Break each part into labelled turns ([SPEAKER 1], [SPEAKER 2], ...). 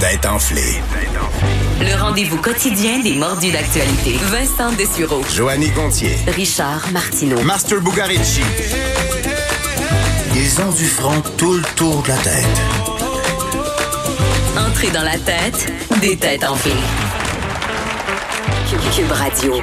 [SPEAKER 1] Tête enflée.
[SPEAKER 2] Le rendez-vous quotidien des mordus d'actualité. Vincent Dessureau.
[SPEAKER 1] Joanny Gontier.
[SPEAKER 2] Richard Martineau.
[SPEAKER 1] Master Bugarici. Ils ont du front tout le tour de la tête.
[SPEAKER 2] Entrée dans la tête des têtes enflées. Cube Radio.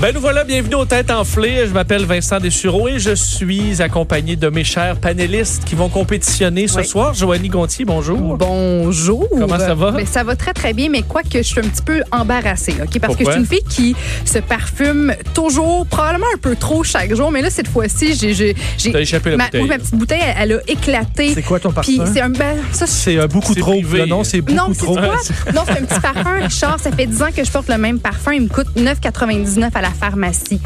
[SPEAKER 3] Ben nous voilà, bienvenue aux Têtes Enflées. Je m'appelle Vincent Dessureau et je suis accompagné de mes chers panélistes qui vont compétitionner ce
[SPEAKER 4] Oui.
[SPEAKER 3] soir. Joanny Gontier, bonjour.
[SPEAKER 4] Bonjour.
[SPEAKER 3] Comment ça va?
[SPEAKER 4] Ben, ça va très, très bien, mais quoique je suis un petit peu embarrassée, OK? Parce
[SPEAKER 3] Pourquoi?
[SPEAKER 4] que je suis une fille qui se parfume toujours, probablement un peu trop chaque jour, mais là, cette fois-ci, j'ai. j'ai- j'ai-
[SPEAKER 3] T'as échappé la
[SPEAKER 4] ma,
[SPEAKER 3] bouteille.
[SPEAKER 4] oui, ma petite bouteille, elle, elle a éclaté.
[SPEAKER 5] C'est quoi ton
[SPEAKER 4] Puis
[SPEAKER 5] parfum?
[SPEAKER 4] c'est un. ben, ça, je-
[SPEAKER 5] C'est euh, beaucoup
[SPEAKER 3] C'est
[SPEAKER 5] trop.
[SPEAKER 3] privé.
[SPEAKER 5] Le nom, c'est beaucoup
[SPEAKER 4] non, c'est
[SPEAKER 5] trop.
[SPEAKER 4] quoi? Non, c'est un petit parfum, Richard. Ça fait 10 ans que je porte le même parfum. Il me coûte 9,99 à la pharmacie.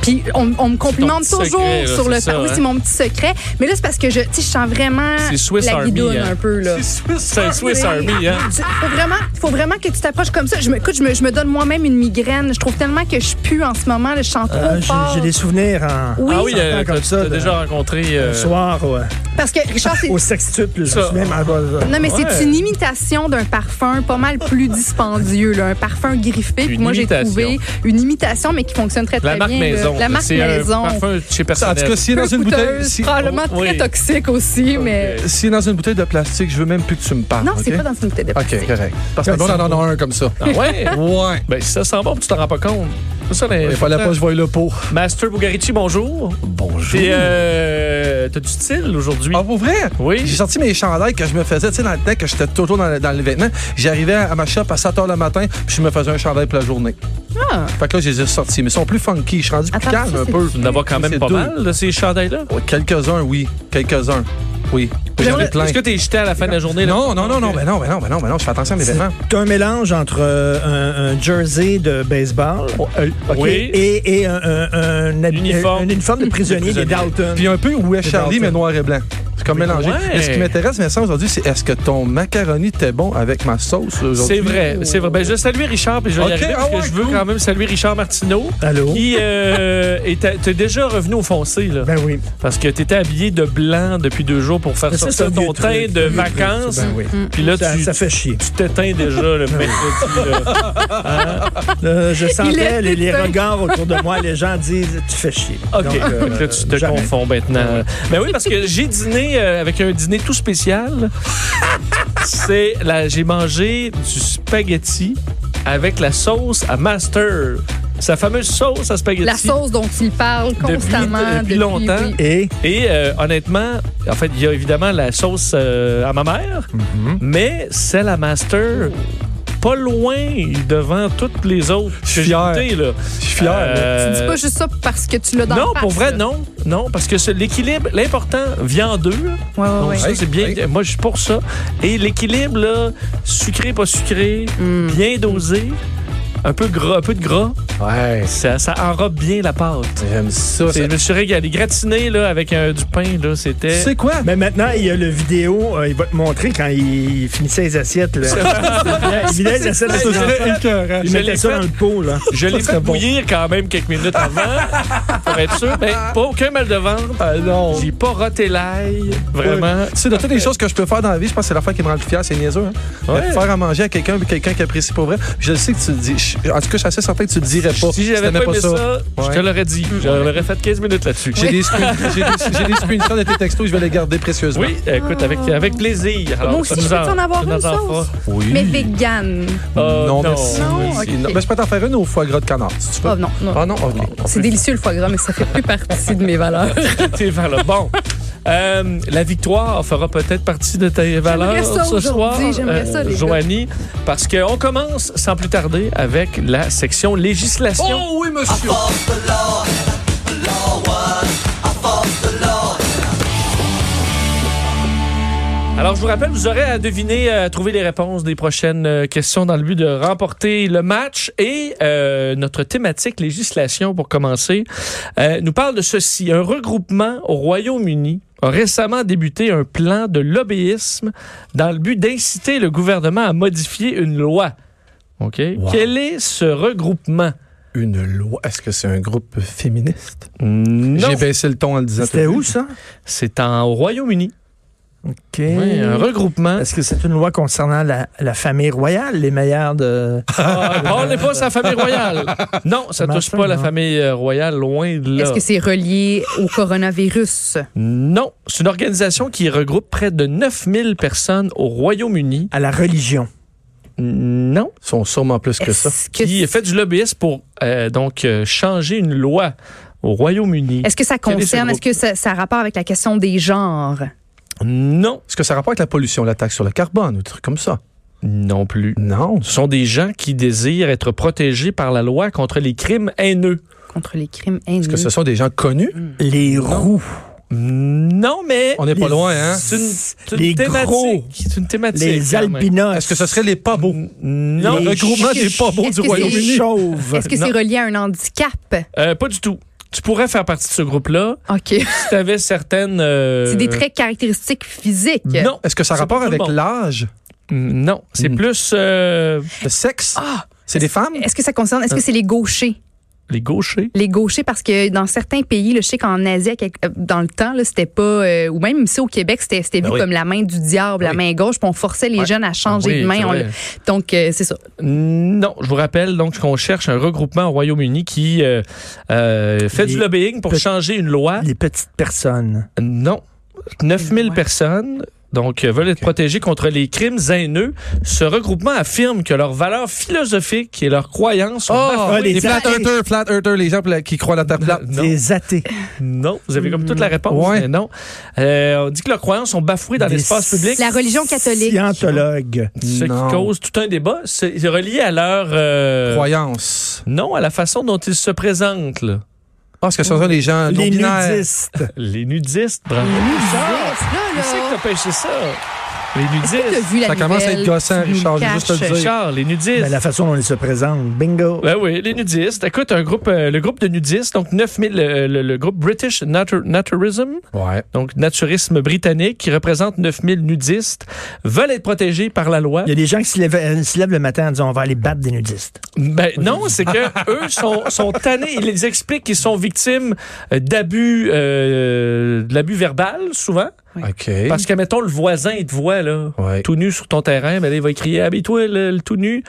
[SPEAKER 4] Puis on, on me complimente
[SPEAKER 3] C'est ton
[SPEAKER 4] toujours
[SPEAKER 3] petit secret, là,
[SPEAKER 4] sur
[SPEAKER 3] c'est
[SPEAKER 4] le
[SPEAKER 3] ça,
[SPEAKER 4] parfum. Oui,
[SPEAKER 3] hein?
[SPEAKER 4] c'est mon petit secret. Mais là, c'est parce que je, tu sais, je sens vraiment
[SPEAKER 3] C'est Swiss
[SPEAKER 4] la
[SPEAKER 3] Army,
[SPEAKER 4] guidoune
[SPEAKER 3] hein?
[SPEAKER 4] un peu. Là.
[SPEAKER 3] C'est un Swiss Army, hein?
[SPEAKER 4] Tu- Faut vraiment, faut vraiment que tu t'approches comme ça. Je me, écoute, je me, je me donne moi-même une migraine. Je trouve tellement que je pue en ce moment. là, je sens trop
[SPEAKER 5] Euh, j'ai-
[SPEAKER 4] fort.
[SPEAKER 5] J'ai des souvenirs
[SPEAKER 6] hein.
[SPEAKER 5] en.
[SPEAKER 4] Oui,
[SPEAKER 3] ah oui,
[SPEAKER 5] ça
[SPEAKER 3] euh,
[SPEAKER 5] prend
[SPEAKER 3] t'as
[SPEAKER 5] comme ça,
[SPEAKER 3] t'as
[SPEAKER 5] de-
[SPEAKER 3] déjà rencontré... euh,
[SPEAKER 5] Le soir ouais.
[SPEAKER 4] parce que Richard, c'est
[SPEAKER 5] au sextuple, je
[SPEAKER 3] Ça.
[SPEAKER 5] me souviens. mais-
[SPEAKER 4] non mais
[SPEAKER 3] Ouais.
[SPEAKER 4] c'est une imitation d'un parfum pas mal plus dispendieux, là, un parfum griffé. Puis
[SPEAKER 3] Une
[SPEAKER 4] moi j'ai
[SPEAKER 3] imitation.
[SPEAKER 4] trouvé une imitation mais qui fonctionne très très
[SPEAKER 3] la marque
[SPEAKER 4] bien. là.
[SPEAKER 5] euh,
[SPEAKER 3] maison.
[SPEAKER 4] La marque
[SPEAKER 3] C'est un
[SPEAKER 4] maison.
[SPEAKER 3] parfum chez
[SPEAKER 5] En
[SPEAKER 3] personnel.
[SPEAKER 5] tout cas, si est
[SPEAKER 4] Peu
[SPEAKER 5] dans une bouteille.
[SPEAKER 4] coûteuse,
[SPEAKER 5] Si,
[SPEAKER 4] probablement
[SPEAKER 3] oh,
[SPEAKER 4] très
[SPEAKER 3] oui.
[SPEAKER 4] toxique aussi, mais
[SPEAKER 5] si est dans une bouteille de plastique, je veux même plus que tu me parles.
[SPEAKER 4] non, c'est
[SPEAKER 5] ok?
[SPEAKER 4] pas dans une bouteille de
[SPEAKER 5] OK, correct. Parce
[SPEAKER 3] que
[SPEAKER 5] que bon,
[SPEAKER 3] ça-
[SPEAKER 5] on en a un comme ça.
[SPEAKER 3] Ah ouais?
[SPEAKER 5] Ouais.
[SPEAKER 3] ben si ça sent bon, tu t'en rends pas compte. C'est Ça, hein.
[SPEAKER 5] Il fallait pas que je voie le pot.
[SPEAKER 3] Master Bugarici, bonjour.
[SPEAKER 5] Bonjour.
[SPEAKER 3] Puis, euh, t'as du style aujourd'hui.
[SPEAKER 5] Ah, pour vrai?
[SPEAKER 3] Oui.
[SPEAKER 5] J'ai sorti mes chandails que je me faisais, tu sais, dans le temps que j'étais toujours dans, le- dans les vêtements. J'arrivais à ma shop à 7 h le matin, puis je me faisais un chandail pour la journée.
[SPEAKER 4] Ah.
[SPEAKER 5] Fait que là, je les ai sortis. Mais ils sont plus funky. Je suis rendu plus
[SPEAKER 4] Attends,
[SPEAKER 5] calme
[SPEAKER 4] ça,
[SPEAKER 5] un
[SPEAKER 4] c'est-
[SPEAKER 5] peu.
[SPEAKER 3] Tu en as quand même
[SPEAKER 5] C'est
[SPEAKER 3] pas
[SPEAKER 5] doux.
[SPEAKER 3] mal, de ces chandails-là.
[SPEAKER 5] Ouais, Quelques-uns, oui. Quelques-uns. Oui. J'en ai plein.
[SPEAKER 3] Est-ce que t'es jeté à la fin de la journée? là?
[SPEAKER 5] Non, non, non, non, ben non, ben non, ben non, ben non, je fais attention à mes vêtements.
[SPEAKER 6] C'est un mélange entre euh, un, un jersey de baseball ok,
[SPEAKER 3] Oui.
[SPEAKER 6] et, et un, un-
[SPEAKER 3] Oh,
[SPEAKER 6] un hab-
[SPEAKER 3] euh, Uniforme.
[SPEAKER 6] un uniforme de prisonnier
[SPEAKER 3] De prisonnier.
[SPEAKER 6] des Dalton.
[SPEAKER 5] Puis un peu où est
[SPEAKER 6] C'est
[SPEAKER 5] Charlie,
[SPEAKER 6] dans-
[SPEAKER 5] mais noir et blanc. C'est comme mélangé.
[SPEAKER 3] ouais.
[SPEAKER 5] Mais ce qui m'intéresse, Vincent, aujourd'hui, c'est est-ce que ton macaroni était bon avec ma sauce aujourd'hui?
[SPEAKER 3] C'est vrai,
[SPEAKER 6] euh,
[SPEAKER 3] c'est vrai. Ben, je salue Richard, puis je vais y
[SPEAKER 5] Ok,
[SPEAKER 3] arriver, parce
[SPEAKER 5] ah
[SPEAKER 3] que
[SPEAKER 5] ouais,
[SPEAKER 3] je veux
[SPEAKER 5] cool.
[SPEAKER 3] quand même saluer Richard Martineau,
[SPEAKER 6] Allô?
[SPEAKER 3] qui euh, est à- t'es déjà revenu au foncé, là,
[SPEAKER 6] Ben oui.
[SPEAKER 3] parce que t'étais habillé de blanc depuis deux jours pour faire
[SPEAKER 6] Mais ça, c'est
[SPEAKER 3] sortir
[SPEAKER 6] un
[SPEAKER 3] ton
[SPEAKER 6] vieux truc,
[SPEAKER 3] teint de
[SPEAKER 6] un vieux truc,
[SPEAKER 3] vacances,
[SPEAKER 6] ça, ben oui.
[SPEAKER 4] Mm.
[SPEAKER 3] puis là,
[SPEAKER 6] Ça,
[SPEAKER 3] tu
[SPEAKER 6] ça fait Ben chier.
[SPEAKER 3] tu t'éteins déjà le mercredi. là.
[SPEAKER 6] Euh, je sentais
[SPEAKER 4] est
[SPEAKER 6] les, les
[SPEAKER 4] éteint.
[SPEAKER 6] regards autour de moi. Les gens disent Tu fais chier.
[SPEAKER 3] OK,
[SPEAKER 6] Donc, euh,
[SPEAKER 3] là, tu te
[SPEAKER 6] jamais.
[SPEAKER 3] confonds maintenant. Ben oui, parce que j'ai dîné euh, avec un dîner tout spécial. C'est là, j'ai mangé du spaghetti avec la sauce à master. Sa fameuse sauce à spaghetti.
[SPEAKER 4] la sauce dont il parle
[SPEAKER 3] Depuis-
[SPEAKER 4] constamment
[SPEAKER 3] depuis longtemps.
[SPEAKER 4] oui.
[SPEAKER 6] Et
[SPEAKER 3] Et euh, honnêtement, en fait, il y a évidemment la sauce euh, à ma mère,
[SPEAKER 6] Mm-hmm.
[SPEAKER 3] mais c'est la master. Pas loin devant toutes les autres. que
[SPEAKER 5] suis
[SPEAKER 3] j'ai
[SPEAKER 5] fier.
[SPEAKER 3] goûtées, là.
[SPEAKER 5] Je suis fier. là.
[SPEAKER 4] Tu
[SPEAKER 3] Euh,
[SPEAKER 4] dis pas juste ça parce que tu l'as dans
[SPEAKER 3] non,
[SPEAKER 4] le
[SPEAKER 3] pour
[SPEAKER 4] pass,
[SPEAKER 3] vrai,
[SPEAKER 4] là.
[SPEAKER 3] non. Non, parce que c'est- l'équilibre, l'important vient en deux. là.
[SPEAKER 4] Ouais, ouais,
[SPEAKER 3] Donc
[SPEAKER 4] ouais.
[SPEAKER 3] ça, c'est bien.
[SPEAKER 5] Hey.
[SPEAKER 3] Moi, je suis pour ça. Et l'équilibre, là, sucré, pas sucré, bien dosé, un peu, gras, un peu de gras,
[SPEAKER 5] Ouais,
[SPEAKER 3] ça, ça enrobe bien la pâte.
[SPEAKER 5] j'aime ça.
[SPEAKER 3] C'est-
[SPEAKER 5] ça-
[SPEAKER 3] Je me suis régalé. Gratiné, là, avec euh, du pain, là,
[SPEAKER 5] Tu
[SPEAKER 3] c'était...
[SPEAKER 5] sais quoi?
[SPEAKER 6] mais maintenant, il y a le vidéo. euh, il va te montrer quand il finissait les assiettes. Là. il vidait les assiettes de
[SPEAKER 5] Ça
[SPEAKER 6] ses
[SPEAKER 5] serait
[SPEAKER 6] enfants.
[SPEAKER 5] écœurant.
[SPEAKER 6] Il
[SPEAKER 3] Je
[SPEAKER 6] mettait
[SPEAKER 3] l'ai
[SPEAKER 6] ça
[SPEAKER 3] fait.
[SPEAKER 6] dans le pot. Là.
[SPEAKER 3] Je l'ai fait bouillir quand même quelques minutes avant, pour être sûr. Mais pas aucun mal de ventre.
[SPEAKER 5] Ah non.
[SPEAKER 3] J'ai pas roté l'ail, vraiment.
[SPEAKER 5] Euh, Tu sais, de toutes les choses que je peux faire dans la vie, je pense que c'est l'affaire qui me rend le plus fier, c'est niaiseux. Hein?
[SPEAKER 3] Ouais.
[SPEAKER 5] Euh, Faire à manger à quelqu'un puis quelqu'un qui apprécie pour vrai. Je sais que tu le dis. Je- En tout cas, je suis assez certain que tu le dirais pas.
[SPEAKER 3] Si j'avais
[SPEAKER 5] t'aimais
[SPEAKER 3] pas aimé ça, je te
[SPEAKER 5] Ouais.
[SPEAKER 3] l'aurais dit. J'aurais fait 15 minutes là-dessus.
[SPEAKER 5] J'ai des screen- j'ai des- j'ai des screenshots de tes textos, je vais les garder précieusement.
[SPEAKER 3] Oui, écoute, avec, avec plaisir. Alors,
[SPEAKER 4] Moi aussi,
[SPEAKER 3] ça
[SPEAKER 4] je
[SPEAKER 3] nous
[SPEAKER 4] peux
[SPEAKER 3] en-
[SPEAKER 4] en avoir
[SPEAKER 3] ça nous
[SPEAKER 4] une
[SPEAKER 3] en
[SPEAKER 4] sauce?
[SPEAKER 3] fera.
[SPEAKER 5] Oui.
[SPEAKER 4] Mais vegan.
[SPEAKER 3] Euh,
[SPEAKER 5] non, merci.
[SPEAKER 4] Non, ok.
[SPEAKER 5] Non, ben, je peux t'en faire une au foie gras de canard, si tu veux.
[SPEAKER 4] Oh non, non.
[SPEAKER 5] Ah non, ok.
[SPEAKER 4] C'est délicieux le foie gras, mais ça fait plus partie de mes valeurs.
[SPEAKER 3] Tes valeurs. Bon. Euh, la victoire fera peut-être partie de tes valeurs
[SPEAKER 4] ça
[SPEAKER 3] ce soir, euh,
[SPEAKER 4] aujourd'hui, j'aimerais ça, les gars.
[SPEAKER 3] Joanie, parce qu'on commence sans plus tarder avec la section législation.
[SPEAKER 5] Oh oui, monsieur.
[SPEAKER 3] Alors, je vous rappelle, vous aurez à deviner, euh, à trouver les réponses des prochaines euh, questions dans le but de remporter le match. Et euh, notre thématique législation, pour commencer, euh, nous parle de ceci. Un regroupement au Royaume-Uni a récemment débuté un plan de lobbyisme dans le but d'inciter le gouvernement à modifier une loi. OK? Quel est ce regroupement?
[SPEAKER 5] Une loi. Est-ce que c'est un groupe féministe?
[SPEAKER 3] Non,
[SPEAKER 5] J'ai baissé le ton en le disant.
[SPEAKER 6] C'était où ça?
[SPEAKER 3] c'est en au Royaume-Uni.
[SPEAKER 6] OK.
[SPEAKER 3] Oui,
[SPEAKER 6] hein.
[SPEAKER 3] un regroupement.
[SPEAKER 6] Est-ce que c'est une loi concernant la, la famille royale, les meilleurs de...
[SPEAKER 3] Ah, on n'est pas sa famille royale. Non, ça
[SPEAKER 6] marche
[SPEAKER 3] touche pas
[SPEAKER 6] pas,
[SPEAKER 3] la
[SPEAKER 6] non.
[SPEAKER 3] famille euh, royale, loin de là.
[SPEAKER 4] Est-ce que c'est relié au coronavirus?
[SPEAKER 3] Non, c'est une organisation qui regroupe près de 9000 personnes au Royaume-Uni.
[SPEAKER 6] à la religion.
[SPEAKER 3] Non,
[SPEAKER 5] Ils sont sûrement plus que ça.
[SPEAKER 4] Est-ce que,
[SPEAKER 3] qui fait du lobbyisme pour euh, donc euh, changer une loi au Royaume-Uni.
[SPEAKER 4] est-ce que ça
[SPEAKER 3] Quel est ce
[SPEAKER 4] concerne, est-ce
[SPEAKER 3] groupe?
[SPEAKER 4] que ça, ça a rapport avec la question des genres?
[SPEAKER 3] Non,
[SPEAKER 5] Est-ce que ça a rapport avec la pollution, la taxe sur le carbone ou des trucs comme ça?
[SPEAKER 3] non plus.
[SPEAKER 5] Non.
[SPEAKER 3] Ce sont des gens qui désirent être protégés par la loi contre les crimes haineux.
[SPEAKER 4] Contre les crimes haineux.
[SPEAKER 5] Est-ce que ce sont des gens connus?
[SPEAKER 6] Les roues.
[SPEAKER 3] Non, mais
[SPEAKER 5] On n'est pas
[SPEAKER 6] Les-
[SPEAKER 5] loin, hein?
[SPEAKER 3] c'est une, c'est une
[SPEAKER 6] Les
[SPEAKER 3] thématique.
[SPEAKER 6] gros.
[SPEAKER 3] C'est une thématique.
[SPEAKER 6] Les
[SPEAKER 3] quand même.
[SPEAKER 6] albinos.
[SPEAKER 5] Est-ce que ce serait les pas beaux?
[SPEAKER 3] Non,
[SPEAKER 5] Le
[SPEAKER 6] Les
[SPEAKER 5] regroupement
[SPEAKER 6] chiches.
[SPEAKER 5] des pas beaux
[SPEAKER 4] Est-ce
[SPEAKER 5] du
[SPEAKER 4] que c'est-
[SPEAKER 6] les
[SPEAKER 5] Royaume-Uni.
[SPEAKER 6] chauves?
[SPEAKER 4] Est-ce que c'est relié à un handicap?
[SPEAKER 3] euh, pas du tout. Tu pourrais faire partie de ce groupe-là
[SPEAKER 4] OK.
[SPEAKER 3] si tu avais certaines. euh,
[SPEAKER 4] C'est des traits caractéristiques physiques.
[SPEAKER 3] Non,
[SPEAKER 5] Est-ce que ça a
[SPEAKER 3] C'est
[SPEAKER 5] rapport
[SPEAKER 3] pas tout le
[SPEAKER 5] avec
[SPEAKER 3] monde.
[SPEAKER 5] l'âge,
[SPEAKER 3] Mm, non, c'est
[SPEAKER 4] Hmm.
[SPEAKER 5] Mm.
[SPEAKER 3] plus euh,
[SPEAKER 5] le sexe? C'est des femmes?
[SPEAKER 4] Est-ce que ça concerne, est-ce que c'est les gauchers?
[SPEAKER 3] les gauchers.
[SPEAKER 4] Les gauchers, parce que dans certains pays, le je sais qu'en Asie, à quelque- euh, dans le temps, là, c'était pas, euh, ou même ici au Québec, c'était c'était vu
[SPEAKER 5] Ben oui. Ben
[SPEAKER 4] comme la main du diable, la
[SPEAKER 5] Oui. Ah
[SPEAKER 4] main gauche, puis on forçait les jeunes à changer
[SPEAKER 3] Oui,
[SPEAKER 4] de
[SPEAKER 3] c'est
[SPEAKER 4] main. On
[SPEAKER 3] vrai.
[SPEAKER 4] le- donc, euh, c'est ça.
[SPEAKER 3] Non, je vous rappelle donc qu'on cherche un regroupement au Royaume-Uni qui euh, euh, fait
[SPEAKER 6] Les-
[SPEAKER 3] du lobbying pour
[SPEAKER 6] Pe-
[SPEAKER 3] changer une loi.
[SPEAKER 6] Les petites personnes.
[SPEAKER 3] Non. 9000
[SPEAKER 4] Ouais.
[SPEAKER 3] personnes donc euh, veulent être protégées contre les crimes haineux. Ce regroupement affirme que leurs valeurs philosophiques et leurs croyances sont
[SPEAKER 5] Oh,
[SPEAKER 3] bafouées.
[SPEAKER 6] ouais,
[SPEAKER 5] les
[SPEAKER 6] les
[SPEAKER 5] flat
[SPEAKER 6] athées.
[SPEAKER 5] earthers, flat earthers, les gens pla- qui croient à la terre plate.
[SPEAKER 3] Non.
[SPEAKER 6] Les athées.
[SPEAKER 3] Non, vous avez comme toute la réponse.
[SPEAKER 5] Ouais.
[SPEAKER 3] mais non. Euh, on dit que leurs croyances sont bafouées dans
[SPEAKER 6] Des
[SPEAKER 3] l'espace public.
[SPEAKER 4] La religion catholique.
[SPEAKER 6] Scientologues.
[SPEAKER 3] Ce
[SPEAKER 5] Non.
[SPEAKER 3] qui cause tout un débat. C'est c'est relié à leur. euh,
[SPEAKER 5] Croyances.
[SPEAKER 3] non, à la façon dont ils se présentent. là.
[SPEAKER 5] Ah, Est-ce que ce sont des gens
[SPEAKER 6] Les
[SPEAKER 5] non-binaires?
[SPEAKER 6] nudistes.
[SPEAKER 3] Les nudistes, bravo. Qui c'est que t'as pêché ça? Les
[SPEAKER 4] T'as
[SPEAKER 3] nudistes.
[SPEAKER 4] vu la
[SPEAKER 5] Ça commence à être
[SPEAKER 4] nouvelle,
[SPEAKER 5] gossant,
[SPEAKER 4] tu nous
[SPEAKER 5] Richard, je veux
[SPEAKER 4] caches.
[SPEAKER 5] juste te le dire.
[SPEAKER 3] Richard, les nudistes.
[SPEAKER 6] Ben, la façon dont ils se présentent. Bingo.
[SPEAKER 3] Ben oui, les nudistes. Écoute, un groupe, euh, le groupe de nudistes, donc 9000, euh, le, le groupe British Natur- Naturism,
[SPEAKER 5] Ouais.
[SPEAKER 3] donc naturisme britannique, qui représente 9000 nudistes, veulent être protégés par la loi.
[SPEAKER 6] Il y a des gens qui se lèvent, euh, se lèvent le matin en disant on va aller battre des nudistes.
[SPEAKER 3] Ben non, c'est que eux sont, sont tannés. Ils les expliquent qu'ils sont victimes euh, d'abus, euh, de l'abus verbal, souvent.
[SPEAKER 5] OK.
[SPEAKER 3] Parce que, mettons, le voisin, il te voit, là,
[SPEAKER 5] Ouais.
[SPEAKER 3] tout nu sur ton terrain, ben, là, il va crier Habille-toi, le, le tout nu.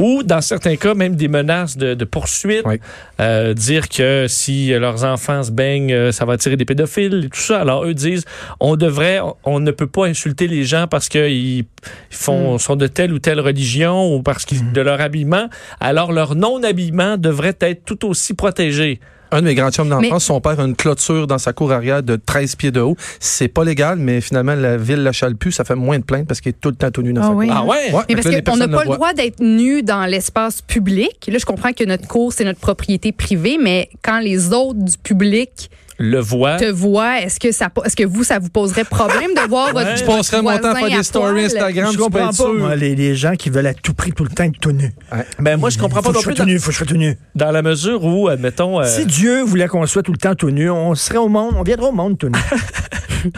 [SPEAKER 3] Ou, dans certains cas, même des menaces de, de poursuite.
[SPEAKER 5] Ouais.
[SPEAKER 3] Euh, dire que si euh, leurs enfants se baignent, euh, ça va attirer des pédophiles et tout ça. Alors, eux disent on devrait, on, on ne peut pas insulter les gens parce qu'ils
[SPEAKER 6] Hmm.
[SPEAKER 3] font sont de telle ou telle religion ou parce qu'ils de leur habillement. Alors, leur non-habillement devrait être tout aussi protégé.
[SPEAKER 5] Un de mes grands chums d'enfance,
[SPEAKER 4] Mais-
[SPEAKER 5] son père a une clôture dans sa cour arrière de 13 pieds de haut. C'est pas légal, mais finalement, la ville la chale plus. Ça fait moins de plaintes parce qu'il est tout le temps tout nu dans
[SPEAKER 4] Ah
[SPEAKER 5] sa cour.
[SPEAKER 4] oui.
[SPEAKER 3] Ah ouais?
[SPEAKER 5] Ouais,
[SPEAKER 4] Mais
[SPEAKER 5] fait
[SPEAKER 4] parce
[SPEAKER 5] que là, les
[SPEAKER 4] qu'on n'a
[SPEAKER 5] personnes
[SPEAKER 4] pas le
[SPEAKER 5] voient.
[SPEAKER 4] droit d'être nu dans l'espace public. Là, je comprends que notre cours, c'est notre propriété privée, mais quand les autres du public
[SPEAKER 3] Le
[SPEAKER 5] Hein?
[SPEAKER 3] voit.
[SPEAKER 4] te voient, est-ce que ça, est-ce que vous, ça vous poserait problème de voir votre
[SPEAKER 5] Je passerais mon temps à faire
[SPEAKER 4] Euh, voisin
[SPEAKER 5] des stories
[SPEAKER 4] poil?
[SPEAKER 5] Instagram,
[SPEAKER 6] je
[SPEAKER 5] tu peux
[SPEAKER 6] comprends
[SPEAKER 5] être
[SPEAKER 6] pas,
[SPEAKER 5] sûr.
[SPEAKER 6] moi, les, les gens qui veulent à tout prix tout le temps être tout nu.
[SPEAKER 3] Ben, moi, je comprends pas
[SPEAKER 6] faut
[SPEAKER 3] non
[SPEAKER 6] que je
[SPEAKER 3] plus
[SPEAKER 6] sois tout
[SPEAKER 3] dans,
[SPEAKER 6] nu, faut que je sois tout nu.
[SPEAKER 3] dans la mesure où, admettons. euh,
[SPEAKER 6] Si Dieu voulait qu'on soit tout le temps tout nu, on serait au monde, on viendrait au monde tout nu.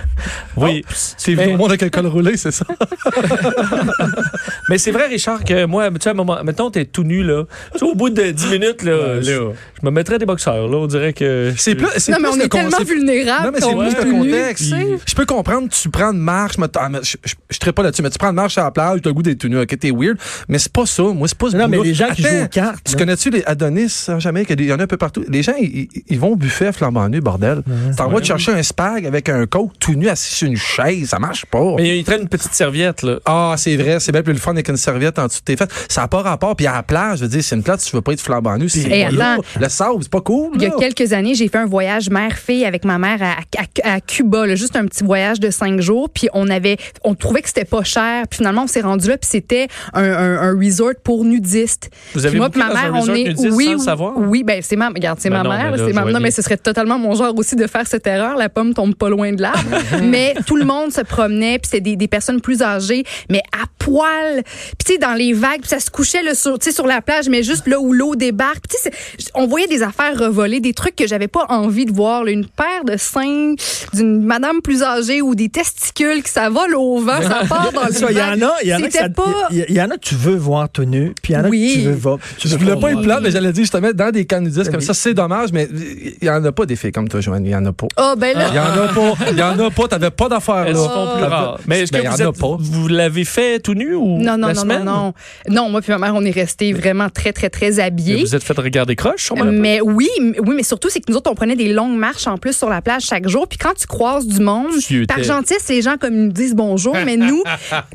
[SPEAKER 3] oui.
[SPEAKER 5] C'est
[SPEAKER 3] Mais-
[SPEAKER 5] au monde avec un col roulé, c'est ça?
[SPEAKER 3] Mais c'est vrai, Richard, que moi, tu sais, à un moment, mettons, t'es tout nu, là. Tu sais, au bout de 10 minutes, là, je, je me mettrais des boxeurs, là. On dirait que.
[SPEAKER 5] C'est
[SPEAKER 6] Euh,
[SPEAKER 5] plus. c'est
[SPEAKER 4] Non, mais
[SPEAKER 5] plus
[SPEAKER 4] on
[SPEAKER 5] le
[SPEAKER 4] est tellement
[SPEAKER 5] concept-
[SPEAKER 4] vulnérable.
[SPEAKER 5] Non, mais c'est
[SPEAKER 4] qu'on est
[SPEAKER 5] plus
[SPEAKER 4] tout
[SPEAKER 5] le
[SPEAKER 4] nu.
[SPEAKER 5] contexte. Je peux comprendre, tu prends une marche, mais t- ah, mais je je- je serais pas là-dessus, mais tu prends une marche à la plage, t'as le goût d'être tout nu, ok, t'es weird, mais c'est pas ça. Moi, c'est pas ce
[SPEAKER 6] Non, mais
[SPEAKER 5] boulot.
[SPEAKER 6] les gens qui
[SPEAKER 5] Attends,
[SPEAKER 6] jouent aux cartes,
[SPEAKER 5] Tu
[SPEAKER 6] là.
[SPEAKER 5] connais-tu les Adonis, hein, jamais, qu'il y en a un peu partout? Les gens, ils, ils- ils vont au buffet flambant nu, bordel. T'en vas te chercher un spag avec un coke tout nu assis sur une chaise, ça marche pas.
[SPEAKER 3] Mais il traîne une petite serviette, là.
[SPEAKER 5] Ah, c'est vrai, c'est bien plus le fun avec une serviette en dessous de tes fesses. Ça n'a pas rapport. Puis à la plage, je veux dire, c'est une plate, tu veux pas être flambant nu. C'est
[SPEAKER 4] Hey,
[SPEAKER 5] pas là.
[SPEAKER 4] attends.
[SPEAKER 5] Le sable, c'est pas cool.
[SPEAKER 4] Il y a
[SPEAKER 5] là.
[SPEAKER 4] quelques années, j'ai fait un voyage mère-fille avec ma mère à, à- à Cuba, là, juste un petit voyage de cinq jours. Puis on avait, on trouvait que c'était pas cher. Puis finalement, on s'est rendu là, puis c'était un, un- un resort pour nudistes.
[SPEAKER 3] Vous
[SPEAKER 4] Puis
[SPEAKER 3] avez
[SPEAKER 4] moi,
[SPEAKER 3] booké
[SPEAKER 4] puis ma
[SPEAKER 3] dans un
[SPEAKER 4] mère, on
[SPEAKER 3] resort
[SPEAKER 4] est,
[SPEAKER 3] nudiste
[SPEAKER 4] oui,
[SPEAKER 3] sans le
[SPEAKER 4] oui,
[SPEAKER 3] savoir?
[SPEAKER 4] oui, ben c'est ma, regarde, c'est
[SPEAKER 3] Ben
[SPEAKER 4] ma
[SPEAKER 3] non,
[SPEAKER 4] mère,
[SPEAKER 3] mais là,
[SPEAKER 4] c'est
[SPEAKER 3] je
[SPEAKER 4] ma,
[SPEAKER 3] vois
[SPEAKER 4] non, mais
[SPEAKER 3] bien.
[SPEAKER 4] ce serait totalement mon genre aussi de faire cette erreur. La pomme tombe pas loin de l'arbre. mais tout le monde se promenait, puis c'était des, des personnes plus âgées, mais à poil. Puis tu sais, dans les vagues, puis ça se couchait là, sur, tu sais, sur la plage, mais juste là où l'eau débarque. Puis tu sais, c'est- on voyait des affaires revolées, des trucs que j'avais pas envie de voir. là, une paire de seins d'une madame plus âgée ou des testicules qui ça vole au vent, ça part dans le
[SPEAKER 6] Ça, Il y en
[SPEAKER 4] vent.
[SPEAKER 6] a, il y en a, que
[SPEAKER 4] C'était
[SPEAKER 6] ça-
[SPEAKER 4] pas.
[SPEAKER 6] il y- il y en a que tu veux voir tout nu, puis il y en a
[SPEAKER 4] Oui.
[SPEAKER 6] que tu veux voir. Tu
[SPEAKER 5] Je
[SPEAKER 6] veux
[SPEAKER 5] voulais pas être
[SPEAKER 6] voir.
[SPEAKER 5] plate, mais j'allais dire justement dans des candidates comme ça, c'est dommage, mais il y en a pas des filles comme toi, Joanne. Il y en a pas.
[SPEAKER 4] Ah, ben là.
[SPEAKER 5] Il y en a pas. Il y en a pas. T'avais pas d'affaires
[SPEAKER 3] Elles
[SPEAKER 4] Oh.
[SPEAKER 5] là.
[SPEAKER 3] sont plus
[SPEAKER 5] T'avais-
[SPEAKER 3] rares. Mais est-ce que
[SPEAKER 5] Ben, il y
[SPEAKER 3] vous,
[SPEAKER 5] en a
[SPEAKER 3] êtes-
[SPEAKER 5] pas.
[SPEAKER 3] vous l'avez fait tout nu ou
[SPEAKER 4] Non, non,
[SPEAKER 3] la
[SPEAKER 4] non, non,
[SPEAKER 3] semaine?
[SPEAKER 4] non. Non, moi puis ma mère, on est restés vraiment très, très, très
[SPEAKER 3] Mais
[SPEAKER 4] habillés.
[SPEAKER 3] Vous êtes fait regarder croche, sûrement, un peu.
[SPEAKER 4] Mais oui, m- oui, mais surtout, c'est que nous autres, on prenait des longues marches en plus sur la plage chaque jour. Puis quand tu croises du monde,
[SPEAKER 3] Tu étais-
[SPEAKER 4] par gentillesse, les gens comme ils nous disent bonjour, mais nous,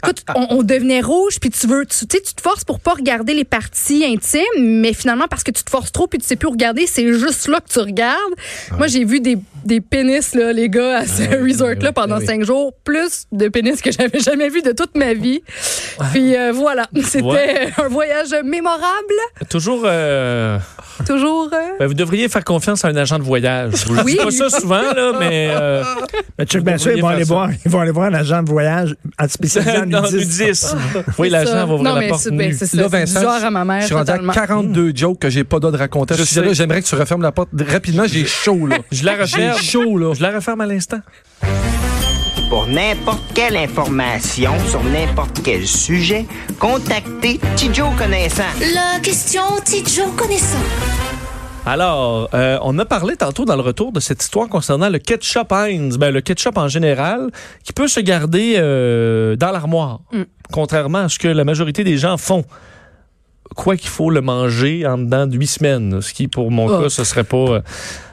[SPEAKER 4] écoute, on, on devenait rouge, puis tu veux, tu tu sais, tu te forces pour pas regarder les parties intimes, mais finalement, parce que tu te forces trop, puis tu sais plus où regarder, c'est juste là que tu regardes. Moi, j'ai vu des, des pénis, là, les gars, à ce resort-là pendant
[SPEAKER 5] oui.
[SPEAKER 4] cinq jours, plus de pénis que j'avais jamais vu de toute ma vie. Puis euh, voilà, c'était
[SPEAKER 3] Ouais.
[SPEAKER 4] un voyage mémorable,
[SPEAKER 3] Toujours. euh,
[SPEAKER 4] toujours. euh,
[SPEAKER 3] ben, vous devriez faire confiance à un agent de voyage. Je vous le dis
[SPEAKER 4] Oui.
[SPEAKER 3] pas ça souvent, là, mais. euh,
[SPEAKER 6] Mais check bien
[SPEAKER 3] Vous
[SPEAKER 6] ça, ils vont,
[SPEAKER 3] devriez
[SPEAKER 6] aller
[SPEAKER 3] faire
[SPEAKER 6] voir, ils vont aller voir un agent de voyage en spécialisé en
[SPEAKER 3] non,
[SPEAKER 6] nudisme.
[SPEAKER 3] nudiste. Oui,
[SPEAKER 4] C'est
[SPEAKER 3] l'agent
[SPEAKER 4] ça.
[SPEAKER 3] va ouvrir
[SPEAKER 4] Non,
[SPEAKER 3] la
[SPEAKER 4] mais
[SPEAKER 3] porte.
[SPEAKER 4] c'est- ben,
[SPEAKER 3] nue.
[SPEAKER 4] c'est ça.
[SPEAKER 5] Là, Vincent,
[SPEAKER 4] bizarre à ma mère,
[SPEAKER 5] je suis rendu
[SPEAKER 4] totalement. Mm.
[SPEAKER 5] à 42 jokes que j'ai pas d'autre de raconter.
[SPEAKER 3] Je
[SPEAKER 5] Ce sujet-là,
[SPEAKER 3] sais.
[SPEAKER 5] J'aimerais que tu refermes la porte rapidement. J'ai chaud, là.
[SPEAKER 3] Je la
[SPEAKER 5] J'ai
[SPEAKER 3] referme.
[SPEAKER 5] chaud, là.
[SPEAKER 3] Je la referme à l'instant.
[SPEAKER 7] Pour n'importe quelle information sur n'importe quel sujet, contactez Tidjo Connaissant.
[SPEAKER 8] La question Tidjo connaissant.
[SPEAKER 3] Alors, euh, on a parlé tantôt dans le retour de cette histoire concernant le ketchup Heinz, ben, le ketchup en général, qui peut se garder euh, dans l'armoire,
[SPEAKER 4] Mm.
[SPEAKER 3] contrairement à ce que la majorité des gens font. Quoi qu'il faut le manger en dedans de huit semaines, ce qui, pour mon
[SPEAKER 4] Oh.
[SPEAKER 3] cas, ce serait pas... euh,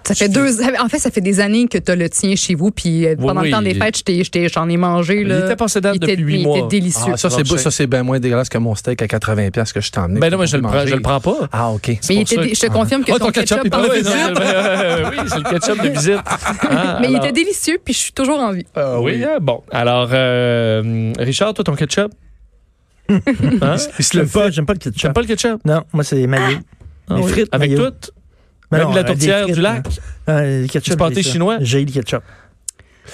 [SPEAKER 4] Ça fait deux. En fait, ça fait des années que tu as le tien chez vous, puis euh,
[SPEAKER 3] Oui,
[SPEAKER 4] pendant
[SPEAKER 3] oui,
[SPEAKER 4] le temps des
[SPEAKER 3] il-
[SPEAKER 4] fêtes, je t'ai- je t'ai- j'en ai mangé.
[SPEAKER 3] Il
[SPEAKER 4] là.
[SPEAKER 3] était possédable
[SPEAKER 4] Il
[SPEAKER 3] depuis
[SPEAKER 4] était-
[SPEAKER 3] huit
[SPEAKER 4] il
[SPEAKER 3] mois.
[SPEAKER 4] était délicieux.
[SPEAKER 5] Ah, ça, c'est beau- ça, c'est bien moins dégueulasse que mon steak à 80$ piastres que je t'ai emmené.
[SPEAKER 3] ben non, mais je le, prends,
[SPEAKER 5] Manger.
[SPEAKER 3] je le prends pas.
[SPEAKER 5] Ah, OK.
[SPEAKER 4] mais il
[SPEAKER 3] pour
[SPEAKER 4] était
[SPEAKER 3] ça
[SPEAKER 4] dé-
[SPEAKER 3] que-
[SPEAKER 4] je te confirme que
[SPEAKER 5] Ah,
[SPEAKER 4] ton, ketchup,
[SPEAKER 5] il
[SPEAKER 4] est
[SPEAKER 5] parlait
[SPEAKER 3] oui,
[SPEAKER 5] de
[SPEAKER 3] non,
[SPEAKER 5] ça.
[SPEAKER 3] c'est- euh, oui, c'est le ketchup de visite. Ah,
[SPEAKER 4] Mais il
[SPEAKER 3] alors-
[SPEAKER 4] était délicieux, puis je suis toujours en vie.
[SPEAKER 5] Ah,
[SPEAKER 3] Oui, hein, bon. Alors, euh, Richard, toi, ton ketchup? hein?
[SPEAKER 6] Il se lève pas, j'aime pas le
[SPEAKER 3] J'aime
[SPEAKER 6] ketchup.
[SPEAKER 3] pas le ketchup.
[SPEAKER 6] Non, moi, c'est maillot.
[SPEAKER 3] Ah
[SPEAKER 6] Des
[SPEAKER 3] oui.
[SPEAKER 6] frites,
[SPEAKER 3] Avec
[SPEAKER 6] mayo.
[SPEAKER 3] tout?
[SPEAKER 6] Ben
[SPEAKER 3] Même de la tourtière du lac?
[SPEAKER 6] Euh, le
[SPEAKER 3] Du
[SPEAKER 6] ketchup.
[SPEAKER 3] pâté
[SPEAKER 6] j'ai ça.
[SPEAKER 3] chinois?
[SPEAKER 6] J'ai le ketchup.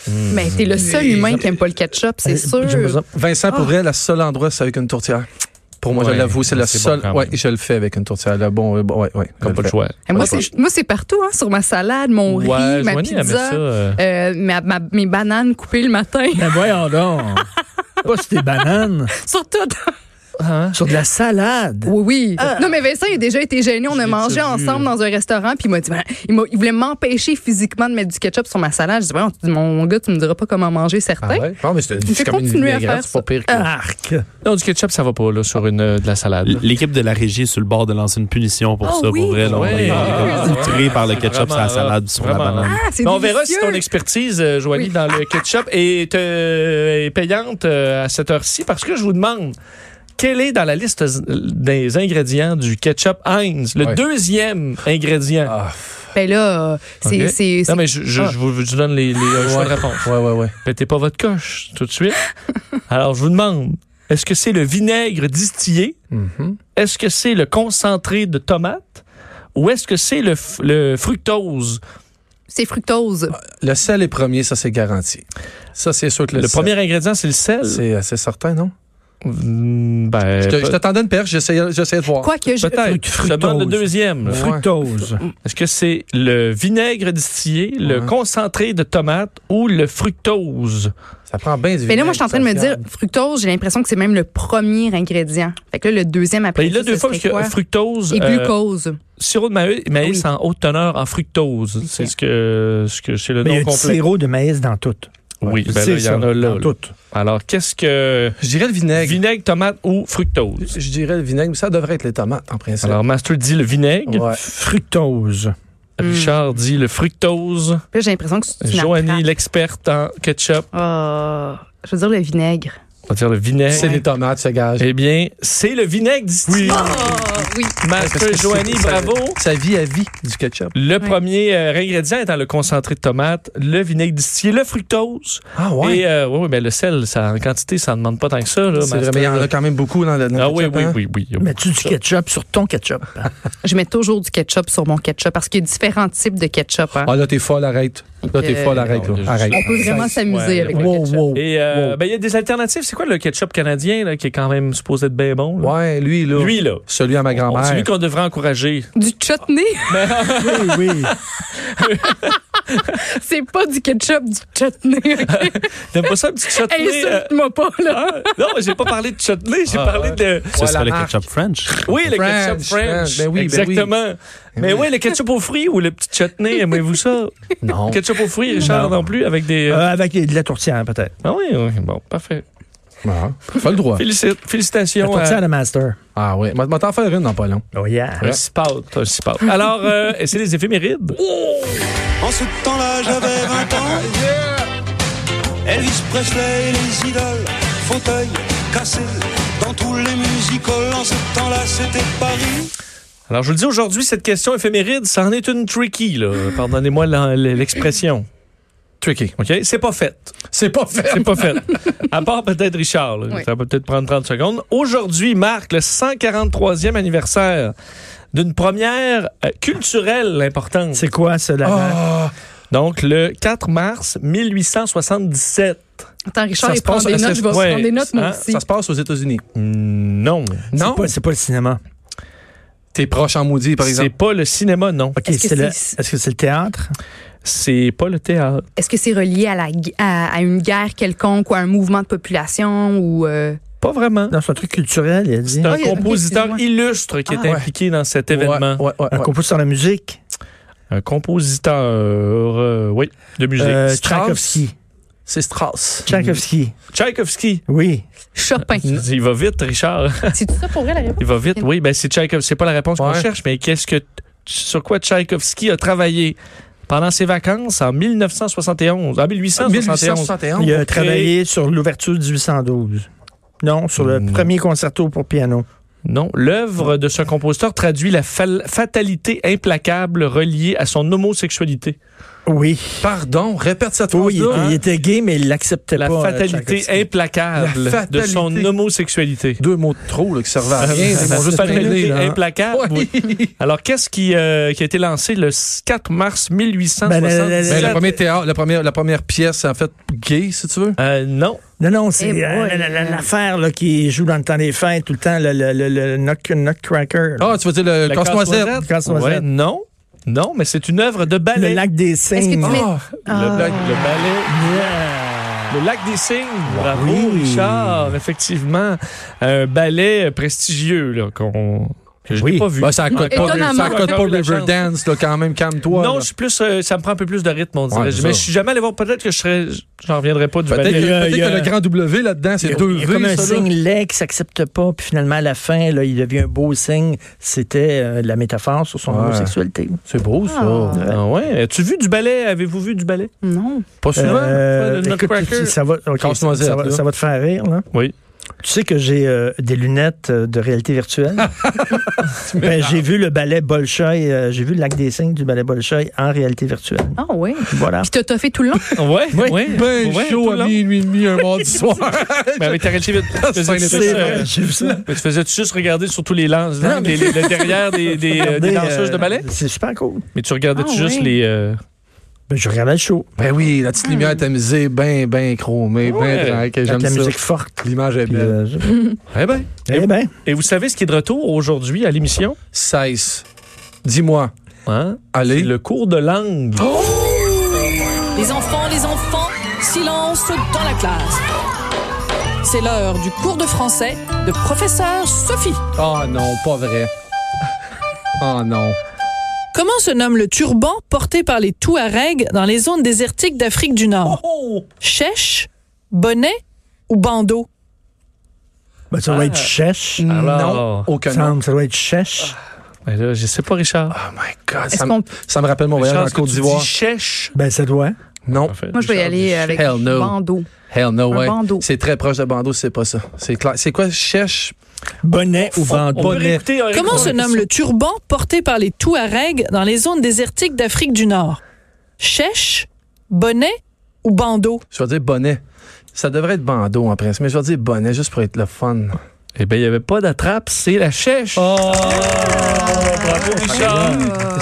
[SPEAKER 3] Hmm.
[SPEAKER 4] Mais t'es le seul humain qui aime pas le ketchup, c'est sûr.
[SPEAKER 6] Euh, j'aime pas ça.
[SPEAKER 5] Vincent,
[SPEAKER 4] Ah.
[SPEAKER 5] pour vrai, le seul endroit, c'est avec une tourtière. Pour moi,
[SPEAKER 3] Ouais,
[SPEAKER 5] je l'avoue, c'est le
[SPEAKER 3] c'est bon
[SPEAKER 5] seul.
[SPEAKER 3] quand même.
[SPEAKER 5] ouais, je le fais avec une tourtière. Là, bon, euh, bon, ouais, ouais. je
[SPEAKER 3] Comme
[SPEAKER 5] le
[SPEAKER 3] pas le
[SPEAKER 5] fais.
[SPEAKER 3] choix.
[SPEAKER 4] Et Moi,
[SPEAKER 5] Ouais,
[SPEAKER 4] c'est- moi, c'est partout, hein, sur ma salade, mon
[SPEAKER 3] ouais,
[SPEAKER 4] riz, ma
[SPEAKER 3] Joanie, elle met
[SPEAKER 4] pizza,
[SPEAKER 3] ça, euh,
[SPEAKER 4] euh, ma- ma- mes bananes coupées le matin,
[SPEAKER 6] Ben voyons donc. pas sur des bananes, hein?
[SPEAKER 4] sur tout.
[SPEAKER 6] sur de la salade.
[SPEAKER 4] Oui, oui. Non, mais Vincent, il a déjà été gêné. On a mangé
[SPEAKER 3] Euh, déjà vu.
[SPEAKER 4] ensemble dans un restaurant, puis il m'a dit, ben, il, m'a- il voulait m'empêcher physiquement de mettre du ketchup sur ma salade. Je dis, Voyons, tu- mon gars, tu me diras pas comment manger certains.
[SPEAKER 5] Ah ouais? Non, mais c'est
[SPEAKER 4] Tu
[SPEAKER 5] c'est
[SPEAKER 4] peux
[SPEAKER 5] comme une
[SPEAKER 4] continuer à
[SPEAKER 5] vinaigrette,
[SPEAKER 4] faire
[SPEAKER 5] c'est pas pire que.
[SPEAKER 6] Ah, Arc.
[SPEAKER 3] Non, du ketchup, ça va pas, là, sur une, euh, de la salade.
[SPEAKER 9] L- L'équipe de la régie est sur le bord de lancer une punition pour
[SPEAKER 4] Oh
[SPEAKER 9] ça.
[SPEAKER 4] oui.
[SPEAKER 9] Pour vrai, là, on
[SPEAKER 3] Ah Ouais.
[SPEAKER 9] est- on est
[SPEAKER 3] Ah.
[SPEAKER 9] outré par le ketchup sur
[SPEAKER 3] Vraiment, hein.
[SPEAKER 9] la salade, sur la
[SPEAKER 3] vraiment.
[SPEAKER 9] banane.
[SPEAKER 4] Ah, c'est
[SPEAKER 3] Mais on verra si
[SPEAKER 4] délicieux.
[SPEAKER 3] ton expertise, euh, Joanie, dans le ketchup est, euh, est payante euh, à cette heure-ci parce que je vous demande quel est dans la liste z- des ingrédients du ketchup Heinz, le
[SPEAKER 5] Ouais.
[SPEAKER 3] deuxième ingrédient.
[SPEAKER 5] Ah,
[SPEAKER 4] Ben là, euh, c'est.
[SPEAKER 3] Ok.
[SPEAKER 4] c'est- c'est-
[SPEAKER 3] Non, mais je, je- je vous je vous donne les, les euh, choix de réponse.
[SPEAKER 5] ouais, ouais, ouais.
[SPEAKER 3] Pétez pas votre coche tout de suite. Alors, je vous demande, est-ce que c'est le vinaigre distillé?
[SPEAKER 5] Mhm.
[SPEAKER 3] Est-ce que c'est le concentré de tomate? Ou est-ce que c'est le, f- le fructose?
[SPEAKER 4] C'est fructose.
[SPEAKER 3] Ah,
[SPEAKER 5] Le sel est premier, ça, c'est garanti. Ça, c'est sûr que
[SPEAKER 3] Le,
[SPEAKER 5] le, sel-
[SPEAKER 3] premier Euh, ingrédient, c'est le sel.
[SPEAKER 5] C'est assez certain, non?
[SPEAKER 3] Mm, Ben,
[SPEAKER 5] Je te- je
[SPEAKER 3] pe-
[SPEAKER 5] t'attendais une perche, j'essayais j'essayais de voir.
[SPEAKER 4] Quoi que je.
[SPEAKER 3] peut-être. Je te demande le
[SPEAKER 6] fructose.
[SPEAKER 3] deuxième. là.
[SPEAKER 5] Ouais.
[SPEAKER 6] Fructose.
[SPEAKER 3] Est-ce que c'est le vinaigre distillé, le
[SPEAKER 5] Ouais.
[SPEAKER 3] concentré de tomate ou le fructose?
[SPEAKER 5] Ça prend bien du
[SPEAKER 4] Mais ben là, moi, je suis en
[SPEAKER 5] vinaigre,
[SPEAKER 4] train de me
[SPEAKER 5] ça
[SPEAKER 4] dire,
[SPEAKER 5] regarde.
[SPEAKER 4] fructose, j'ai l'impression que c'est même le premier ingrédient. Fait que là, le deuxième après.
[SPEAKER 3] Ben, là,
[SPEAKER 4] ça,
[SPEAKER 3] deux
[SPEAKER 4] ce
[SPEAKER 3] fois, parce
[SPEAKER 4] serait
[SPEAKER 3] que
[SPEAKER 4] quoi?
[SPEAKER 3] fructose,
[SPEAKER 4] Et
[SPEAKER 3] euh,
[SPEAKER 4] glucose.
[SPEAKER 3] sirop de maï- maïs
[SPEAKER 4] Oui.
[SPEAKER 3] en haute teneur en fructose. C'est ce que ce que c'est le
[SPEAKER 6] Mais il y
[SPEAKER 3] nom
[SPEAKER 6] a du
[SPEAKER 3] complet.
[SPEAKER 6] sirop de maïs dans tout.
[SPEAKER 3] Oui,
[SPEAKER 6] Tu
[SPEAKER 3] ben là,
[SPEAKER 6] sais
[SPEAKER 3] il y
[SPEAKER 6] ça,
[SPEAKER 3] en a là.
[SPEAKER 6] dans
[SPEAKER 3] là.
[SPEAKER 6] tout.
[SPEAKER 3] Alors, qu'est-ce que
[SPEAKER 5] Je dirais le vinaigre.
[SPEAKER 3] vinaigre, tomate ou fructose
[SPEAKER 5] Je dirais le vinaigre, mais ça devrait être les tomates, en principe.
[SPEAKER 3] Alors, Master dit le vinaigre,
[SPEAKER 5] ouais.
[SPEAKER 6] Fructose.
[SPEAKER 3] Richard dit le fructose,
[SPEAKER 4] Puis là, j'ai l'impression que c'est une
[SPEAKER 3] Joanie
[SPEAKER 4] attrape.
[SPEAKER 3] l'experte en ketchup,
[SPEAKER 4] Ah, je veux dire le vinaigre.
[SPEAKER 3] on va dire le
[SPEAKER 5] C'est
[SPEAKER 3] vinaigre.
[SPEAKER 5] les tomates, ce gage.
[SPEAKER 3] Eh bien, c'est le vinaigre distillé.
[SPEAKER 4] Ah, oui.
[SPEAKER 5] Parce
[SPEAKER 3] Master
[SPEAKER 5] que
[SPEAKER 3] Joanie,
[SPEAKER 5] c'est- ça-
[SPEAKER 3] bravo.
[SPEAKER 5] Ça vit à vie du ketchup.
[SPEAKER 3] Le
[SPEAKER 4] Ouais.
[SPEAKER 3] premier euh, ingrédient étant le concentré de tomate, le vinaigre distillé, le fructose.
[SPEAKER 5] Ah
[SPEAKER 3] Et euh, oui, oui, ben, le sel, ça, en quantité, ça ne demande pas tant que ça. Là,
[SPEAKER 5] C'est vrai,
[SPEAKER 3] Master.
[SPEAKER 5] mais il y en a quand même beaucoup dans le dans le
[SPEAKER 3] Ah oui,
[SPEAKER 5] ketchup,
[SPEAKER 3] oui,
[SPEAKER 5] hein?
[SPEAKER 3] oui, oui, oui.
[SPEAKER 6] Mets-tu du ketchup sur ton ketchup?
[SPEAKER 4] Je mets toujours du ketchup sur mon ketchup parce qu'il y a différents types de ketchup. hein.
[SPEAKER 5] Ah là, t'es folle, arrête. Là, t'es
[SPEAKER 4] Euh,
[SPEAKER 5] folle, arrête.
[SPEAKER 3] non,
[SPEAKER 5] là.
[SPEAKER 3] je-
[SPEAKER 5] Arrête.
[SPEAKER 4] On peut vraiment s'amuser
[SPEAKER 3] Ouais,
[SPEAKER 4] avec
[SPEAKER 3] ouais.
[SPEAKER 4] le ketchup.
[SPEAKER 3] Et euh, ben, il y a des alternatives, c'est c'est quoi le ketchup canadien là, qui est quand même supposé être bien bon? là?
[SPEAKER 5] Ouais, lui, là.
[SPEAKER 3] Lui, là.
[SPEAKER 5] Celui à ma
[SPEAKER 3] On-
[SPEAKER 5] grand-mère.
[SPEAKER 3] Celui qu'on devrait encourager.
[SPEAKER 4] Du chutney,
[SPEAKER 6] Oui, oui.
[SPEAKER 4] c'est pas du ketchup, du chutney. ok?
[SPEAKER 3] T'aimes pas ça, un petit chutney? euh,
[SPEAKER 4] Insulte-moi pas, là.
[SPEAKER 3] ah, non, mais j'ai pas parlé de chutney, j'ai parlé de.
[SPEAKER 9] Ce
[SPEAKER 5] Ah, Ouais,
[SPEAKER 9] serait
[SPEAKER 5] la
[SPEAKER 9] le
[SPEAKER 5] marque.
[SPEAKER 9] ketchup French.
[SPEAKER 3] Oui, le
[SPEAKER 5] French,
[SPEAKER 3] ketchup French.
[SPEAKER 5] French, ben oui, ben oui.
[SPEAKER 3] Exactement. Mais oui, le ketchup aux fruits ou le petit chutney, aimez-vous ça?
[SPEAKER 5] Non.
[SPEAKER 3] Ketchup aux fruits, Richard, non, plus, avec des.
[SPEAKER 6] Euh, avec de la tourtière, peut-être.
[SPEAKER 3] Ah oui, oui, bon, parfait.
[SPEAKER 5] Ah, pas le droit.
[SPEAKER 3] Félici-
[SPEAKER 6] La
[SPEAKER 3] Félicitations.
[SPEAKER 6] tourtière
[SPEAKER 3] à-
[SPEAKER 6] de Master.
[SPEAKER 5] Ah oui. M'a t'en faire une dans pas long.
[SPEAKER 6] Oh, yeah.
[SPEAKER 3] Un cipote, un cipote. Alors, euh, et c'est les éphémérides.
[SPEAKER 5] Oh!
[SPEAKER 10] En ce temps-là, j'avais 20 ans. Elvis Presley, les idoles, fauteuil cassé dans tous les musicals. En ce temps-là, c'était Paris.
[SPEAKER 3] Alors, je vous le dis aujourd'hui, cette question éphéméride, ça en est une tricky, là. Pardonnez-moi la- l'expression. Tricky. OK? C'est pas fait.
[SPEAKER 5] C'est pas fait.
[SPEAKER 3] C'est pas fait. À part peut-être Richard, là.
[SPEAKER 4] Oui.
[SPEAKER 3] ça va peut-être prendre 30 secondes. Aujourd'hui marque le 143e anniversaire d'une première euh, culturelle importante.
[SPEAKER 6] C'est quoi, ça, la marque?
[SPEAKER 3] Oh, Donc, le 4 mars 1877.
[SPEAKER 4] Attends, Richard,
[SPEAKER 5] Ça
[SPEAKER 4] il
[SPEAKER 5] se
[SPEAKER 4] prend
[SPEAKER 5] passe-
[SPEAKER 4] des
[SPEAKER 5] ça
[SPEAKER 4] notes. Je
[SPEAKER 5] se-
[SPEAKER 4] vais
[SPEAKER 3] ouais,
[SPEAKER 4] prendre des notes, moi
[SPEAKER 3] hein,
[SPEAKER 4] aussi.
[SPEAKER 5] Ça se passe aux États-Unis.
[SPEAKER 3] Non.
[SPEAKER 6] C'est pas- C'est pas le cinéma.
[SPEAKER 5] T'es proche en maudit, par
[SPEAKER 3] C'est
[SPEAKER 5] exemple.
[SPEAKER 3] pas le cinéma, non.
[SPEAKER 6] OK,
[SPEAKER 4] Est-ce que
[SPEAKER 6] c'est le-
[SPEAKER 4] c'est-
[SPEAKER 6] est-ce que c'est le théâtre?
[SPEAKER 3] C'est pas le théâtre.
[SPEAKER 4] Est-ce que c'est relié à, la, gu- à, à une guerre quelconque ou à un mouvement de population ou euh,
[SPEAKER 3] Pas vraiment.
[SPEAKER 6] Non, c'est un truc culturel, il a dit.
[SPEAKER 3] C'est un
[SPEAKER 4] Ah, il- ok,
[SPEAKER 3] compositeur
[SPEAKER 4] excuse-moi.
[SPEAKER 3] illustre qui est
[SPEAKER 5] Ah, ouais.
[SPEAKER 3] impliqué dans cet
[SPEAKER 5] Ouais,
[SPEAKER 3] événement.
[SPEAKER 5] ouais, ouais,
[SPEAKER 6] Un
[SPEAKER 5] ouais.
[SPEAKER 6] compositeur de musique.
[SPEAKER 3] Un compositeur, euh, oui, de musique.
[SPEAKER 6] Euh,
[SPEAKER 3] Strauss.
[SPEAKER 6] Tchaikovsky.
[SPEAKER 5] C'est Strauss.
[SPEAKER 6] Tchaikovsky.
[SPEAKER 3] Tchaïkovski.
[SPEAKER 6] Oui.
[SPEAKER 4] Chopin?
[SPEAKER 3] Il va vite, Richard.
[SPEAKER 4] C'est tout ça pour vrai, la réponse?
[SPEAKER 3] Il va vite. Oui, ben c'est Tchaïkovski. C'est pas la réponse qu'on
[SPEAKER 5] Ouais.
[SPEAKER 3] cherche, mais qu'est-ce que sur quoi Tchaïkovski a travaillé pendant ses vacances en 1971, en
[SPEAKER 5] Ah,
[SPEAKER 3] 1871.
[SPEAKER 6] Il a
[SPEAKER 3] pour créer-
[SPEAKER 6] travaillé sur l'ouverture du 812. Non, sur le premier concerto pour piano.
[SPEAKER 3] Non, l'œuvre de ce compositeur traduit la fal- fatalité implacable reliée à son homosexualité.
[SPEAKER 6] Oui.
[SPEAKER 5] Pardon, répète cette
[SPEAKER 6] Oui, il,
[SPEAKER 5] phrase-là.
[SPEAKER 6] était- il était gay, mais il l'acceptait
[SPEAKER 3] La
[SPEAKER 6] pas. euh,
[SPEAKER 3] fatalité
[SPEAKER 6] Tchaïkovski.
[SPEAKER 3] implacable
[SPEAKER 5] La
[SPEAKER 3] de son
[SPEAKER 5] fatalité.
[SPEAKER 3] homosexualité. Ah,
[SPEAKER 5] Deux mots de trop là, qui servaient à rien. Ils m'ont juste
[SPEAKER 3] Fatalité
[SPEAKER 5] mêlé, là. hein.
[SPEAKER 3] implacable. oui. Alors, qu'est-ce qui, euh, qui a été lancé le 4 mars 1877?
[SPEAKER 6] Ben, la- la- la-
[SPEAKER 5] Ben, le premier théâtre, la première, la première pièce, en fait, gay, si tu veux.
[SPEAKER 3] Euh, non.
[SPEAKER 6] Non, non,
[SPEAKER 4] Eh
[SPEAKER 6] c'est
[SPEAKER 4] boy.
[SPEAKER 6] euh, la- la- la- l'affaire là, qui joue dans le temps des fêtes, tout le temps, le, le, le, le nut- Nutcracker.
[SPEAKER 5] Ah, tu veux dire le,
[SPEAKER 3] Le
[SPEAKER 5] casse-noisette.
[SPEAKER 3] casse-noisette. Ouais,
[SPEAKER 6] Casse-noisette.
[SPEAKER 3] non. Non, mais c'est une œuvre de ballet.
[SPEAKER 6] Le lac des
[SPEAKER 4] Est-ce que tu
[SPEAKER 6] signes.
[SPEAKER 4] mets-
[SPEAKER 5] Ah,
[SPEAKER 3] Le, lac- le ballet.
[SPEAKER 6] Yeah.
[SPEAKER 3] Le lac des signes.
[SPEAKER 5] Ah
[SPEAKER 3] Bravo,
[SPEAKER 6] Oui.
[SPEAKER 3] Richard. Effectivement, un ballet prestigieux là, qu'on. que Je
[SPEAKER 6] Oui.
[SPEAKER 3] n'ai pas vu.
[SPEAKER 5] Ben, ça accote pas,
[SPEAKER 4] Étonnamment.
[SPEAKER 5] ça accote pas
[SPEAKER 3] Encore eu la
[SPEAKER 5] Riverdance, là, quand même, calme-toi.
[SPEAKER 3] non,
[SPEAKER 5] là.
[SPEAKER 3] je suis plus. euh, ça me prend un peu plus de rythme, on dirait.
[SPEAKER 5] Ouais, c'est
[SPEAKER 3] mais
[SPEAKER 5] ça.
[SPEAKER 3] je suis jamais allé voir. Peut-être que je serais. J'en reviendrai pas du
[SPEAKER 5] Peut-être que,
[SPEAKER 3] ballet.
[SPEAKER 6] Il y a-
[SPEAKER 5] peut-être
[SPEAKER 6] il y a-
[SPEAKER 5] que le grand W là-dedans, c'est deux
[SPEAKER 6] Il y a comme
[SPEAKER 5] V,
[SPEAKER 6] un
[SPEAKER 5] ça, là.
[SPEAKER 6] signe laid qui s'accepte pas, puis finalement, à la fin, là, il devient un beau signe. C'était euh, la métaphore sur son
[SPEAKER 5] Ouais.
[SPEAKER 6] homosexualité.
[SPEAKER 5] C'est beau, ça.
[SPEAKER 3] Ah ouais. As-tu vu du ballet? Avez-vous vu du ballet?
[SPEAKER 4] Non.
[SPEAKER 5] Pas souvent.
[SPEAKER 6] Euh,
[SPEAKER 3] Ouais, le
[SPEAKER 6] écoute,
[SPEAKER 3] Nutcracker.
[SPEAKER 6] tu- ça va, ok,
[SPEAKER 5] Casse-noisette,
[SPEAKER 6] ça va-
[SPEAKER 5] là.
[SPEAKER 6] ça va te faire rire, là.
[SPEAKER 3] Oui.
[SPEAKER 6] Tu sais que j'ai euh, des lunettes euh, de réalité virtuelle. Ben, j'ai vu le ballet Bolshoi, euh, j'ai vu le lac des signes du ballet Bolshoi en réalité virtuelle.
[SPEAKER 4] Ah oui.
[SPEAKER 6] Voilà.
[SPEAKER 4] Puis t'as toffé tout le long?
[SPEAKER 3] Ouais,
[SPEAKER 5] Oui,
[SPEAKER 3] ouais.
[SPEAKER 5] ben
[SPEAKER 3] ouais, tout
[SPEAKER 5] chaud
[SPEAKER 3] le
[SPEAKER 5] à
[SPEAKER 3] long.
[SPEAKER 5] minuit et demi un mardi soir.
[SPEAKER 3] Mais avec ta réalité vite. Tu faisais-tu
[SPEAKER 5] C'est
[SPEAKER 3] juste,
[SPEAKER 5] vrai.
[SPEAKER 3] euh,
[SPEAKER 6] J'ai vu ça.
[SPEAKER 3] tu faisais-tu juste regarder sur tous les lances,
[SPEAKER 6] Non,
[SPEAKER 3] les,
[SPEAKER 6] mais-
[SPEAKER 3] les- le derrière des, des, euh, des danseuses de ballet?
[SPEAKER 6] C'est super cool.
[SPEAKER 3] Mais tu regardais-tu
[SPEAKER 4] Ah,
[SPEAKER 3] juste
[SPEAKER 4] ouais.
[SPEAKER 3] les. euh,
[SPEAKER 6] Ben, je regardais le show.
[SPEAKER 5] ben oui, la petite lumière est amusée, ben, ben chromée,
[SPEAKER 3] Ouais.
[SPEAKER 5] ben tranquille,
[SPEAKER 6] Avec
[SPEAKER 5] j'aime
[SPEAKER 6] la
[SPEAKER 5] ça.
[SPEAKER 6] musique forte.
[SPEAKER 5] L'image est
[SPEAKER 6] Puis,
[SPEAKER 5] belle.
[SPEAKER 6] euh, je-
[SPEAKER 3] Eh ben.
[SPEAKER 6] eh ben,
[SPEAKER 3] Et vous savez ce qui est de retour aujourd'hui à l'émission?
[SPEAKER 5] 16. Dis-moi,
[SPEAKER 3] Hein?
[SPEAKER 5] allez.
[SPEAKER 3] C'est le cours de langue.
[SPEAKER 5] Oh!
[SPEAKER 11] Les enfants, les enfants, silence dans la classe. C'est l'heure du cours de français de professeur Sophie.
[SPEAKER 5] Oh non, pas vrai. Oh non.
[SPEAKER 11] Comment se nomme le turban porté par les Touaregs dans les zones désertiques d'Afrique du Nord? Chèche, bonnet ou bandeau?
[SPEAKER 6] ben, ça doit être chèche.
[SPEAKER 3] Alors.
[SPEAKER 5] Aucun
[SPEAKER 6] Ça
[SPEAKER 5] nom.
[SPEAKER 6] me- ça doit être chèche.
[SPEAKER 3] Ben là, je sais pas, Richard.
[SPEAKER 5] Oh my God,
[SPEAKER 4] Est-ce
[SPEAKER 5] ça, me-
[SPEAKER 4] qu'on-
[SPEAKER 5] ça me rappelle mon voyage en Côte d'Ivoire.
[SPEAKER 3] chèche.
[SPEAKER 6] Ben, ça doit.
[SPEAKER 5] Non.
[SPEAKER 4] Moi, je vais y aller avec
[SPEAKER 5] Hell no.
[SPEAKER 4] bandeau.
[SPEAKER 5] Hell no
[SPEAKER 4] Un
[SPEAKER 5] way.
[SPEAKER 4] bandeau.
[SPEAKER 5] C'est très proche de bandeau, c'est pas ça. C'est clair. C'est quoi? Chèche
[SPEAKER 6] Bonnet ou bandeau?
[SPEAKER 3] On peut réécouter, euh,
[SPEAKER 11] Comment
[SPEAKER 3] Eric,
[SPEAKER 11] se
[SPEAKER 3] on-
[SPEAKER 11] nomme le turban porté par les Touaregs dans les zones désertiques d'Afrique du Nord? Chèche, bonnet ou bandeau?
[SPEAKER 5] Je vais dire bonnet. Ça devrait être bandeau en principe, mais je vais dire bonnet juste pour être le fun.
[SPEAKER 3] Eh bien, il n'y avait pas d'attrape, c'est la chèche. bravo, Richard.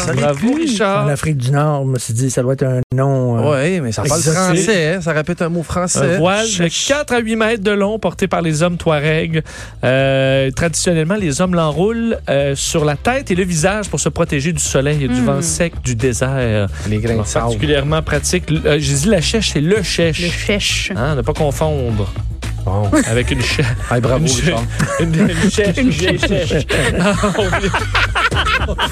[SPEAKER 6] Ah.
[SPEAKER 3] Bravo,
[SPEAKER 6] En
[SPEAKER 3] Richard.
[SPEAKER 6] Afrique du Nord, je me suis dit, ça doit être un nom. euh,
[SPEAKER 5] Oui, mais ça parle
[SPEAKER 6] exotique.
[SPEAKER 5] français, hein, ça répète un mot
[SPEAKER 3] Un
[SPEAKER 5] français.
[SPEAKER 3] voile de 4 à 8 mètres de long porté par les hommes Touareg. Euh, traditionnellement, les hommes l'enroulent euh, sur la tête et le visage pour se protéger du soleil et du vent sec du désert.
[SPEAKER 5] Les grains de sable.
[SPEAKER 3] Particulièrement pratique. Euh, J'ai dit la chèche, c'est le
[SPEAKER 4] Le
[SPEAKER 3] chèche.
[SPEAKER 4] chèche.
[SPEAKER 3] Hein, ne pas confondre
[SPEAKER 5] Bon.
[SPEAKER 3] avec une chèche.
[SPEAKER 5] Hey, bravo,
[SPEAKER 3] Une chèche.
[SPEAKER 5] Richard.
[SPEAKER 3] Une, une chèche. Une chèche. Ah, on vient-